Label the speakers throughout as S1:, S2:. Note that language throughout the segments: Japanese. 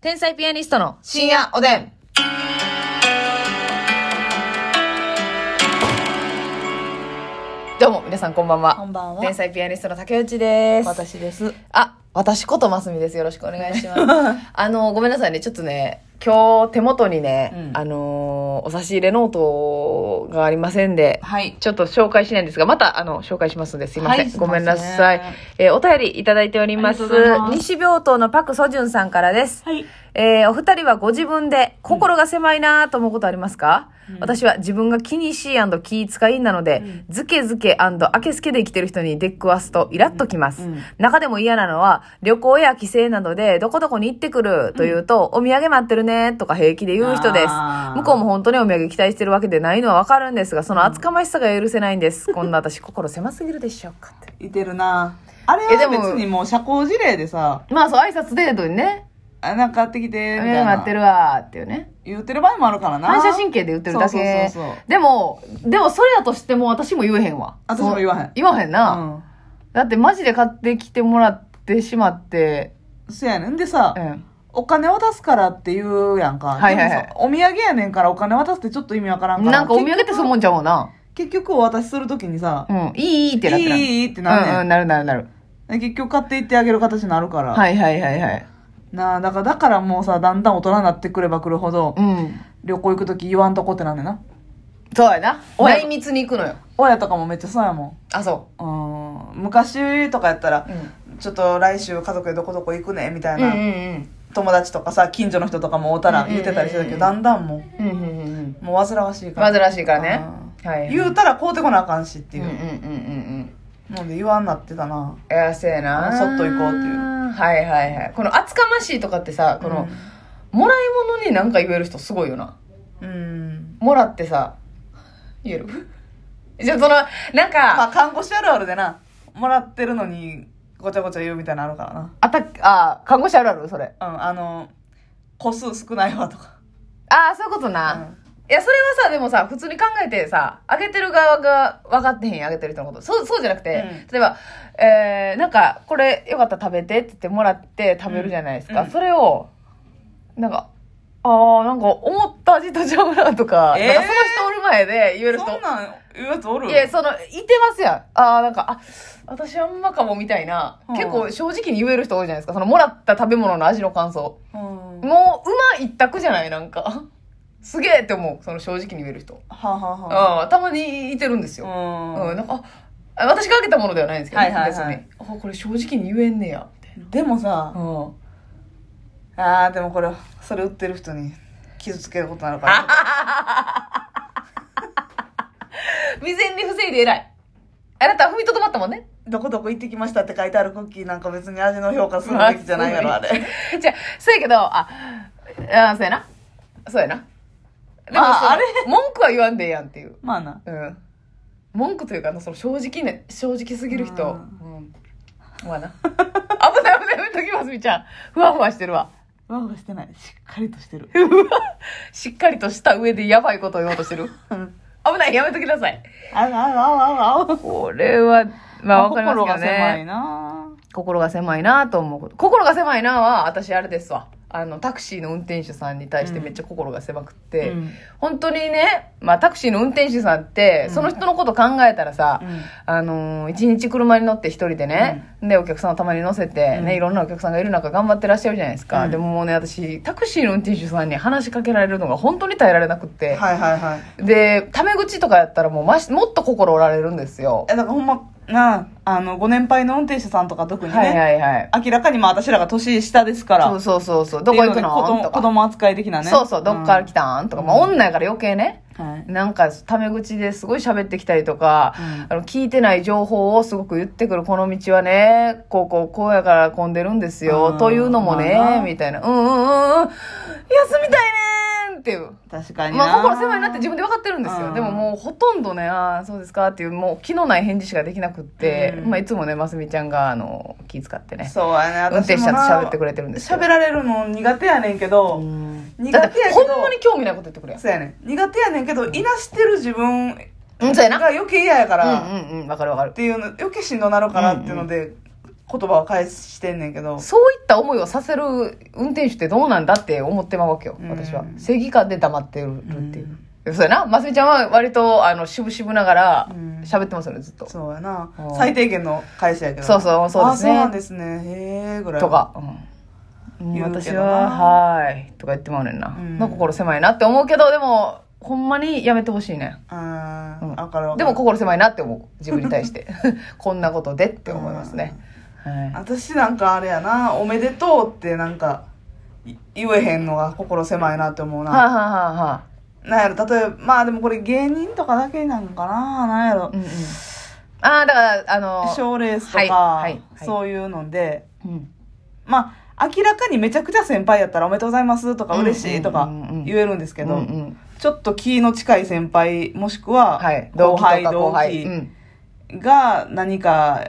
S1: 天才ピアニストの
S2: 深夜おでん。どうも、皆さんこんばん
S1: こ
S2: は。
S1: んばんは
S2: 天才ピアニストの竹内です。。
S1: 私です
S2: あ、私ことますみです。よろしくお願いし ます。あの、ごめんなさいね。ちょっとね、今日手元にね、
S1: うん
S2: あのーお差し入れノートがありませんで、
S1: はい
S2: ちょっと紹介しないんですが、またあの紹介しますのですいません、
S1: はい
S2: ごめんな
S1: すいま
S2: さい。えーお便りいただいております
S1: ありがとうございます
S2: 西病棟のパクソジュンさんからです。
S1: はい
S2: えーお二人はご自分で心が狭いなと思うことありますか、
S1: うん
S2: 私は自分が気にしい気使いなので、
S1: うん
S2: ずけずけ明けすけで生きてる人に出くわすとイラッときます、
S1: うんうん
S2: 中でも嫌なのは旅行や帰省などでどこどこに行ってくるというと、お土産待ってるねとか平気で言う人です
S1: あー
S2: 向こうも本当にお土産期待してるわけでないのはわかるんですがその厚かましさが許せないんです、こんな私心狭すぎるでしょうかって
S3: いてるなあれ
S2: えで
S3: は
S2: も
S3: 別にもう社交辞令でさ
S2: まあそう挨拶程度にね
S3: 「あなんか買ってき
S2: お
S3: て」み
S2: 土産
S3: たい
S2: 待ってる
S3: な
S2: わーっていうね
S3: 言ってる場合もあるからな
S2: 反射神経で言ってるだけ
S3: そうそうそうそう
S2: でもでもそれやとしても私も言えへんわ
S3: 私も言わへん
S2: そう言わへんな、だってマジで買ってきてもらってしまって
S3: うんそやねんでさ、
S2: うん
S3: お金渡すからって言うやんか、
S2: はいはいはい
S3: でもさお土産やねんからお金渡すってちょっと意味わからんから
S2: なんかお土産ってそういうもんちゃうもんな
S3: 結局結局お渡しするときにさ
S2: う、んいいいいってなっ
S3: い
S2: て
S3: い
S2: ない
S3: いいいってなんね
S2: うん
S3: ん
S2: うんなるなるなる
S3: で結局買っていってあげる形になるから、
S2: はいはいはいはい
S3: なあだからだからもうさだんだん大人になってくればくるほど、
S2: うん
S3: 旅行行くとき言わんとこってなんねんな
S2: そうやな
S3: 親
S2: 内密に行くのよ
S3: 親とかもめっちゃそうやもん
S2: あそ
S3: うん昔とかやったら
S2: う、、うん、
S3: ちょっと来週家族でどこどこ行くねみたいな、
S2: うんうん
S3: 友達とかさ近所の人とかもおうたら言ってたりしてたけど、だんだんも
S2: うんうんうんうん
S3: うもう煩わしいから
S2: 煩わしいからねはい
S3: 言うたらこうてこなあかんしって
S2: う
S3: い
S2: んうんうんう
S3: う、
S2: ん
S3: なんで言わんなってたな
S2: うんいやせやな
S3: そっと行こうっていう
S2: はいはいはいこの厚かましいとかってさこの、もらい物に何か言える人すごいよな。
S3: うん、うん
S2: もらってさ、言える じゃあその、なん
S3: ま
S2: か、
S3: あ看護師あるあるでなもらってるのにごちゃごちゃ言うみたいなのあるからな
S2: あた、あー、看護師あるあるそれ。
S3: うんあの個数少ないわとか
S2: ああ、そういうことな。いや、それはさ、でもさ、普通に考えてさ、あげてる側が分かってへんや、あげてる人のこと。そう、そうじゃなくて、
S3: うん
S2: 例えば、えー、なんか、これよかったら食べてって言ってもらって食べるじゃないですか。
S3: うん
S2: それを、なんか、ああ、なんか思った味とちゃうなとか、
S3: えー
S2: なんかその人おる前で言え
S3: うん
S2: る人
S3: そんなん言うやつおる
S2: いや、その、いてますやん。ああ、なんか、あ、私あんまかもみたいな、
S3: うん
S2: 結構正直に言える人多いじゃないですか。その、もらった食べ物の味の感想。
S3: うんは
S2: もう、うま一択じゃないなんか。すげえって思う。その、正直に言える人。
S3: あはあはあ
S2: ああ、たまにいてるんですよ。
S3: う
S2: うん、なんか、あ、あ私があげたものではないんですけど、
S3: はいはいはい
S2: 別に。あ、これ正直に言えんねや。みたい
S3: でもさ、
S2: な。うん。
S3: あーでもこれそれ売ってる人に傷つけることになる から
S2: 未然に防いで偉い。あなたは踏みとどまったもんね。
S3: どこどこ行ってきましたって書いてあるクッキーなんか別に味の評価するべきじゃないやろあれ
S2: じゃあ、そうやけど、あ、あそうやな。そうやな。でも、
S3: まあ
S2: その
S3: あれ
S2: 文句は言わんでええやんっていう。
S3: まあな
S2: うん。文句というか、その正直ね、正直すぎる人。う。
S3: うん
S2: まあな。危ない危ない、やめときますみちゃん。ふわふわしてるわ。
S3: ふわふわしてないしっかりとしてる
S2: しっかりとした上でやばいことを言おうとしてる。
S3: うん
S2: 危ない、やめときなさい。
S3: あらあらあらあら
S2: これは、まあわかりますけど
S3: 心が狭い
S2: ね。
S3: な
S2: 心が狭いなと思うこと。心が狭いなは、私あれですわ。あの、タクシーの運転手さんに対してめっちゃ心が狭くって。
S3: うん
S2: 本当にね、まあ、タクシーの運転手さんって、
S3: うん
S2: その人のこと考えたらさ、
S3: うん
S2: あのー一日車に乗って一人でね、でお客さんをたまに乗せて、ね
S3: うん
S2: いろんなお客さんがいる中頑張ってらっしゃるじゃないですか、
S3: うん
S2: でももうね私タクシーの運転手さんに話しかけられるのが本当に耐えられなくって、
S3: はいはいはい
S2: でタメ口とかやったらもうましもっと心折られるんですよ、
S3: えだからほんまなあのご年配の運転手さんとか特にね、
S2: はいはいはい
S3: 明らかにまあ私らが年下ですから
S2: そうそうそうそうどこ行くの
S3: っていうで
S2: と
S3: 子供子
S2: か、
S3: 供扱い的なね
S2: そうそうどっから来たん、とか、まあ、女やから余計ね
S3: た、うんはい
S2: なんかタメ口ですごい喋ってきたりとか、
S3: うん
S2: あの聞いてない情報をすごく言ってくるこの道はねこうこうこうやから混んでるんですよ、
S3: うん
S2: というのもね、
S3: まあな
S2: みたいなうんうんうんうん休みたいねーんっていう。
S3: 確かにな、
S2: まあ、心狭いなって自分で分かってるんですよ、
S3: うん
S2: でももうほとんどね「ああそうですか」っていうもう気のない返事しかできなくって、
S3: うん
S2: まあ、いつもねますみちゃんがあの気遣ってね
S3: そうやね
S2: 運転手さんと喋ってく
S3: れ
S2: れてるんですけど
S3: 喋られるの苦手やねんけど、苦
S2: だっ
S3: 手や
S2: て
S3: け
S2: ほ
S3: ど
S2: んまに興味ないこと言ってくれやん
S3: そうやねん苦手やねんけどいなしてる自分
S2: うんそうや
S3: が
S2: な
S3: 余計嫌やから、
S2: うんうんうんわかるわかる
S3: っていうの余計しんどなるからっていうので、言葉は返してんねんけど、
S2: そういった思いをさせる運転手ってどうなんだって思ってまうわけよ、私は
S3: うん。
S2: 正義感で黙ってるっていう。そうやな。ますみちゃんは割と、あの、しぶしぶながら
S3: うん、
S2: 喋ってますよね、ずっと。
S3: そうやな
S2: うん
S3: 最低限の返しやけど
S2: そうそうそうですね
S3: あそうなんですねへえぐらい
S2: とか。うん。
S3: 言うけ
S2: 私
S3: どな
S2: は、はーい。とか言ってまうねんな。
S3: うん
S2: なんか心狭いなって思うけど、でも、ほんまにやめてほしいね。
S3: あ
S2: うん
S3: ーわかるわかる
S2: でも心狭いなって思う。自分に対して。 こんなことでって思いますね。はい。
S3: 私なんかあれやな「おめでとう」ってなんかい言えへんのが心狭いなって思うな、
S2: はいは
S3: なんやろ例えばまあでもこれ芸人とかだけなんかななんやろ
S2: いはいはい。うんうん。ああ、だから、あの、
S3: 賞レースとか、
S2: はいはいはい
S3: そういうので
S2: うん
S3: まあ明らかにめちゃくちゃ先輩やったら「おめでとうございます」とか「
S2: うん
S3: 嬉しい」とか
S2: うんうんうん
S3: 言えるんですけ
S2: う
S3: ど、
S2: んうん
S3: ちょっと気の近い先輩もしくは
S2: はい。
S3: 後輩
S2: 同期とか
S3: 同
S2: 後輩
S3: 期
S2: うん
S3: が何か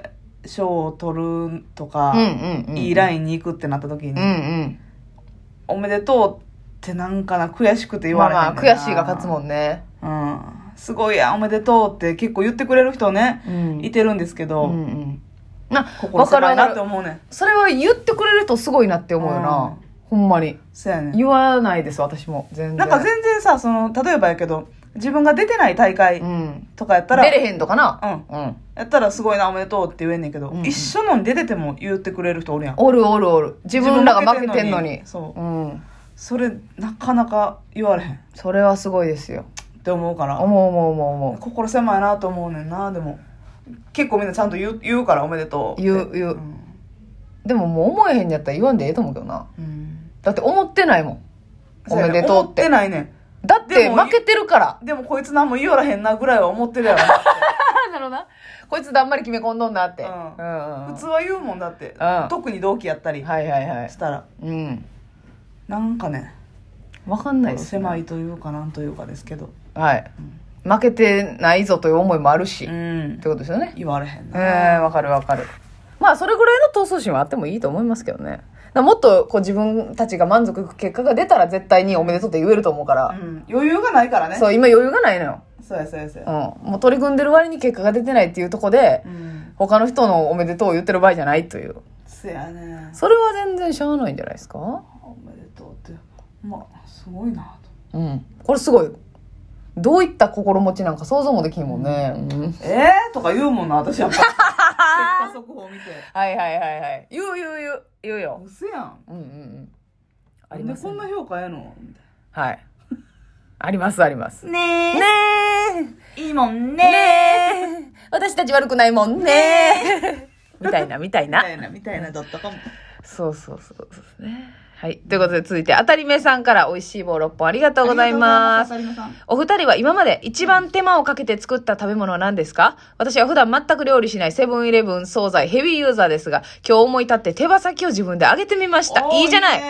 S3: 賞を取るとか、
S2: うんうんうん。
S3: いいラインに行くってなった時に、
S2: うんうん。
S3: おめでとうってなんかな悔しくて言
S2: ま
S3: わ
S2: あ
S3: れへん
S2: ま
S3: ね
S2: あ、
S3: んな
S2: 悔しいが勝つもんね。
S3: うんすごいやおめでとうって結構言ってくれる人ね、
S2: うん
S3: いてるんですけど、
S2: うんうん。な、
S3: 心
S2: わかる
S3: 狭
S2: わ
S3: いな
S2: か
S3: って
S2: る。
S3: 思うねん
S2: それは言ってくれるとすごいなって思うよな。ほんまに。
S3: そうやねん
S2: 言わないです、私も。全然。
S3: なんか全然さその例えばやけど自分が出てない大会
S2: うん。
S3: とかやったら、
S2: 出れへんとかな。うん。
S3: やったらすごいなおめでとうって言えんねんけど、
S2: うんうん
S3: 一緒のに出てても言ってくれる人おるやん
S2: おるおるおる。自分らが負けてんの
S3: 自分負けてんの
S2: に。
S3: にそう
S2: うん。
S3: それなかなか言われへん
S2: それはすごいですよ。
S3: って思うから
S2: 思う思う思う思
S3: 心狭いなと思うねんなでも結構みんなちゃんと言う言うからおめでとう
S2: う。
S3: って
S2: 言う、言う
S3: う。ん
S2: でももう思えへんやったら言わんでええと思うけどな。
S3: うん
S2: だって思ってないもん。おめでとうっ
S3: 思って
S2: て。
S3: ないね
S2: だって
S3: でも
S2: 負けてるから。
S3: んでもこいつ何も言われへんなぐらいは思ってるやろなっ
S2: なるほどな。こいつだんまり決め込んどんなって。
S3: うん
S2: ん
S3: て普通は言うもんだって
S2: うん
S3: 特に同期やったり
S2: はいはいはい
S3: し。たら
S2: うん。
S3: なんかね
S2: わかんないです、ね。
S3: 狭いというかなんというかですけど
S2: はい。負けてないぞという思いもあるし。
S3: う
S2: って
S3: ん
S2: ことですよね。
S3: 言われへん
S2: え
S3: な
S2: えわかるわかる。まあ、それぐらいの闘争心はあってもいいと思いますけどね。だからもっと、こう、自分たちが満足いく結果が出たら絶対におめでとうって言えると思うから。
S3: うん余裕がないからね
S2: そう、今余裕がないのよ。
S3: そうやそうやそう
S2: う
S3: や
S2: ん。もう取り組んでる割に結果が出てないっていうとこで、
S3: うん
S2: 他の人のおめでとうを言ってる場合じゃないという。
S3: そうやね
S2: それは全然しゃあないんじゃないですか
S3: おめでとうってまあすごいなと
S2: うん。これすごい。どういった心持ちなんか想像もできんもんね。うん
S3: えーとか言うもんな私やっ ぱ結果速報見て
S2: はいはいはいはい。言う言う言う、言うよ。
S3: うせやん
S2: うんうんうん。あ
S3: な
S2: り
S3: んで
S2: ます、
S3: こんな評価やのみたい
S2: はい。ありますあります。ね
S3: なねえいいもん
S2: えねえ私たち悪くないもんねえ みたいなみたい
S3: み
S2: な
S3: た。いなみたいなだったかも
S2: そうそうそうそうですね。はい。ということで続いて、あたりめさんから美味しい棒6本ありがとうございます。
S3: ありがとうございます
S2: お二人は今まで一番手間をかけて作った食べ物は何ですか私は普段全く料理しないセブンイレブン惣菜ヘビーユーザーですが、今日思い立って手羽先を自分で揚げてみました。いいじゃない
S3: い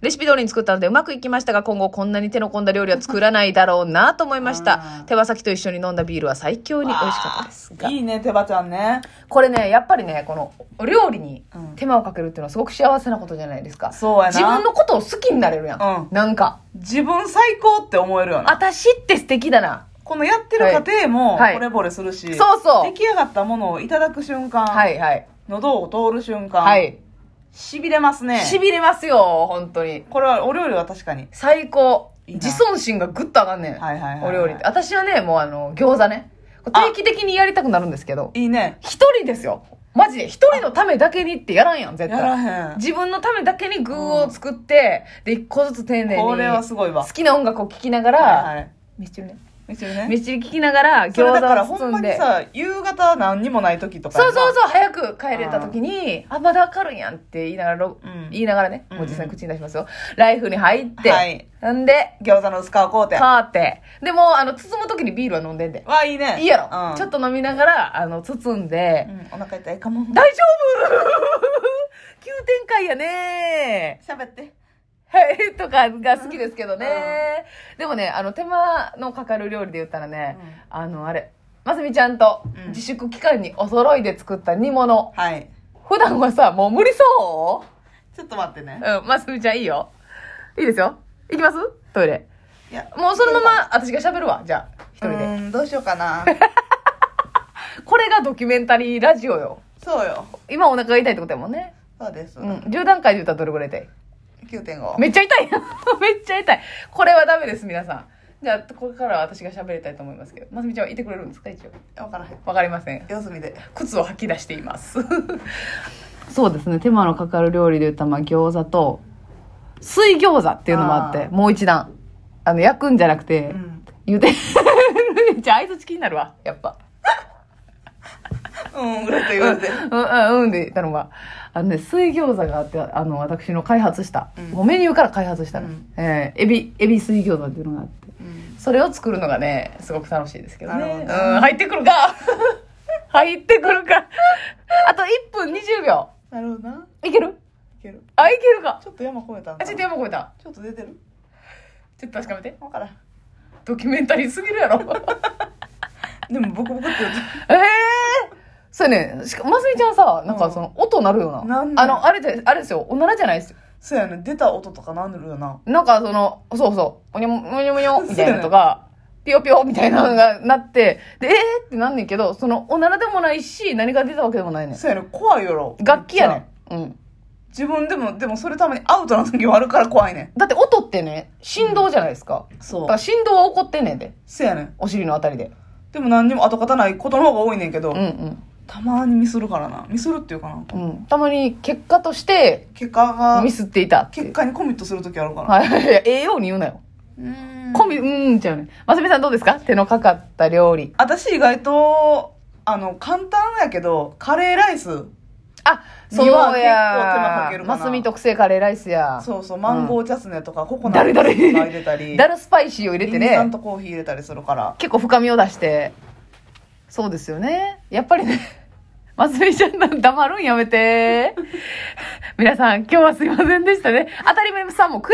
S2: レシピ通りに作ったのでうまくいきましたが、今後こんなに手の込んだ料理は作らないだろうなと思いまし
S3: あ
S2: た
S3: ー。
S2: 手羽先と一緒に飲んだビールは最強に美味しかったですが
S3: い。いね手羽ちゃんね
S2: これね、やっぱりね、このお料理に
S3: うん
S2: 手間をかけるっていうのはすごく幸せなことじゃないですか。
S3: そうやな
S2: 自分のことを好きになれるやん。
S3: うん
S2: なんか、
S3: 自分最高って思えるよな
S2: 私って素敵だな。
S3: このやってる過程も
S2: はい
S3: 惚れ惚れするし、
S2: そうそう
S3: 出来上がったものをいただく瞬間、
S2: はいはい。
S3: 喉を通る瞬間、
S2: はい。
S3: しびれますね
S2: しびれますよ、本当に。
S3: これはお料理は確かに
S2: 最高。
S3: いいな
S2: 自尊心がぐっと上がんねん。
S3: はいはいはいはい
S2: お料理って。私はね、もうあの、餃子ね。これ定期的にやりたくなるんですけど。
S3: いいね
S2: 一人ですよ。マジで。一人のためだけにってやらんやん、絶
S3: やら
S2: 対。
S3: へん
S2: 自分のためだけに具を作って、で、一個ずつ丁寧に。
S3: これはすごいわ
S2: 好きな音楽を聴きなが
S3: はい
S2: ら、
S3: はい
S2: ミスチルね。
S3: 見てるね
S2: ミスチル聴きながら、
S3: そ
S2: 餃
S3: れだから
S2: 子を
S3: ほ
S2: 包
S3: んま
S2: ん
S3: に
S2: で。
S3: さ夕方何にもない時とか
S2: そうそう
S3: う
S2: そう、早く帰れた時に、あ、まだ明るいやんって言いながらろ、
S3: うん
S2: 言いながらね、
S3: うん
S2: もう実際に口に出しますよ。ライフに入って、
S3: はい
S2: なんで、
S3: 餃子の薄皮買うて
S2: カーテン。でも、あの、包む時にビールは飲んでんで。
S3: わいいね
S2: いいやろ、
S3: うん、
S2: ちょっと飲みながら、あの、包んで
S3: う、ん、お腹痛いかも
S2: 大丈夫 急展開やね
S3: 喋って
S2: はい、とかが好きですけどね。でもね、あの、手間のかかる料理で言ったらね、あの、あれ、ますみちゃんと
S3: うん
S2: 自粛期間にお揃いで作った煮物。
S3: はい
S2: 普段はさ、もう無理そ
S3: ちょっと待ってね
S2: ううん、ますみちゃんいいよ。いいですよ。行きますトイレ。
S3: いや
S2: もうそのまま私が喋るわ、じゃあ、一人
S3: う
S2: で。
S3: ーんどうしようかな
S2: これがドキュメンタリーラジオよ。
S3: そうよ。
S2: 今お腹が痛いってことやもんね。
S3: そうです。
S2: うん。10段階で言ったらどれぐらい痛い
S3: 9.5。
S2: めっちゃ痛いやん めっちゃ痛い。これはダメです、皆さん。じゃあ、これからは私が喋りたいと思いますけど。ますみちゃんはいてくれるんですか一応。
S3: わからへん。
S2: わかりません。
S3: 四隅で。
S2: 靴を吐き出しています。 そうですね。手間のかかる料理で言ったら、まあ、餃子と、水餃子っていうのもあって、
S3: あー
S2: もう一段。あの、焼くんじゃなくて、
S3: うん。
S2: 茹で、じゃあ、合図チキンになるわ。やっぱ。
S3: うん、ぐらいと言われて。
S2: うん、うん、うんで言ったのが、あのね、水餃子があって、あの、私の開発した、
S3: うん
S2: もうメニューから開発したね、
S3: うん
S2: えーエビ、エビ水餃子っていうのがあって、
S3: うん。
S2: それを作るのがね、すごく楽しいですけどね。
S3: なるほ
S2: うん、
S3: ど
S2: 入ってくるか 入ってくるかあと1分20秒。
S3: なるほどな。
S2: いける
S3: いける。
S2: あ、いけるか
S3: ちょっと山越えたん
S2: あ、
S3: だ。
S2: ちょっと
S3: ち
S2: 山越えた。
S3: ょっと出てる
S2: ちょっと確かめて。
S3: わからん。
S2: ドキュメンタリーすぎる やろ。
S3: でも、ボコボコって言って。
S2: ええー、そうやね。しかも、ますみちゃんさ、なんかその、音鳴るよな。
S3: なんなん
S2: あの、あれで、あれですよ。おならじゃないですよ。
S3: そうやね。出た音とかなんでるよな。
S2: なんかその、そうそう、おにょもにょもにょ みたいなのとか、ぴよぴよみたいなのがなって、で、えーってなんねんけど、その、おならでもないし、何が出たわけでもないねん。
S3: そうやね。怖いよろ。
S2: 楽器やね
S3: め
S2: ん。
S3: っちゃ。
S2: うん。
S3: 自分でも、でもそれためにアウトな時もあるから怖いね
S2: だって音ってね、振動じゃないですか。
S3: ん。
S2: だ
S3: そ
S2: から振動は起こってんねんで。
S3: そうやねん。
S2: お尻のあたりで。
S3: でも何にも跡形ないことの方が多いねんけど、
S2: うんうん。
S3: たまーにミスるからな。ミスるっていうかな。
S2: うん。たまに結果として、
S3: 結果が
S2: ミ、スっていたってい
S3: 結
S2: う。
S3: 果にコミットする時あるから。
S2: はい。い やええように言うなよ。
S3: うーん
S2: コミ、うーん、ちゃうね。ますみさんどうですか手のかかった料理。
S3: 私意外と、あの、簡単やけど、カレーライス。
S2: あ、そう
S3: には結構手間か
S2: や
S3: け。るか
S2: ま
S3: な
S2: すみ特製カレーライスや。
S3: そうそう、マンゴーチャスネとか、ココナ
S2: だる
S3: ッ
S2: だ
S3: ツ
S2: る
S3: とか入れ たり、
S2: ダルスパイシーを入れて
S3: インスタン
S2: ね
S3: トコーヒー入れたりするから。
S2: 結構深みを出してそうですよねやっぱりね ますみちゃんなん黙るんやめて皆さん今日はすいませんでしたね当たり前さんも悔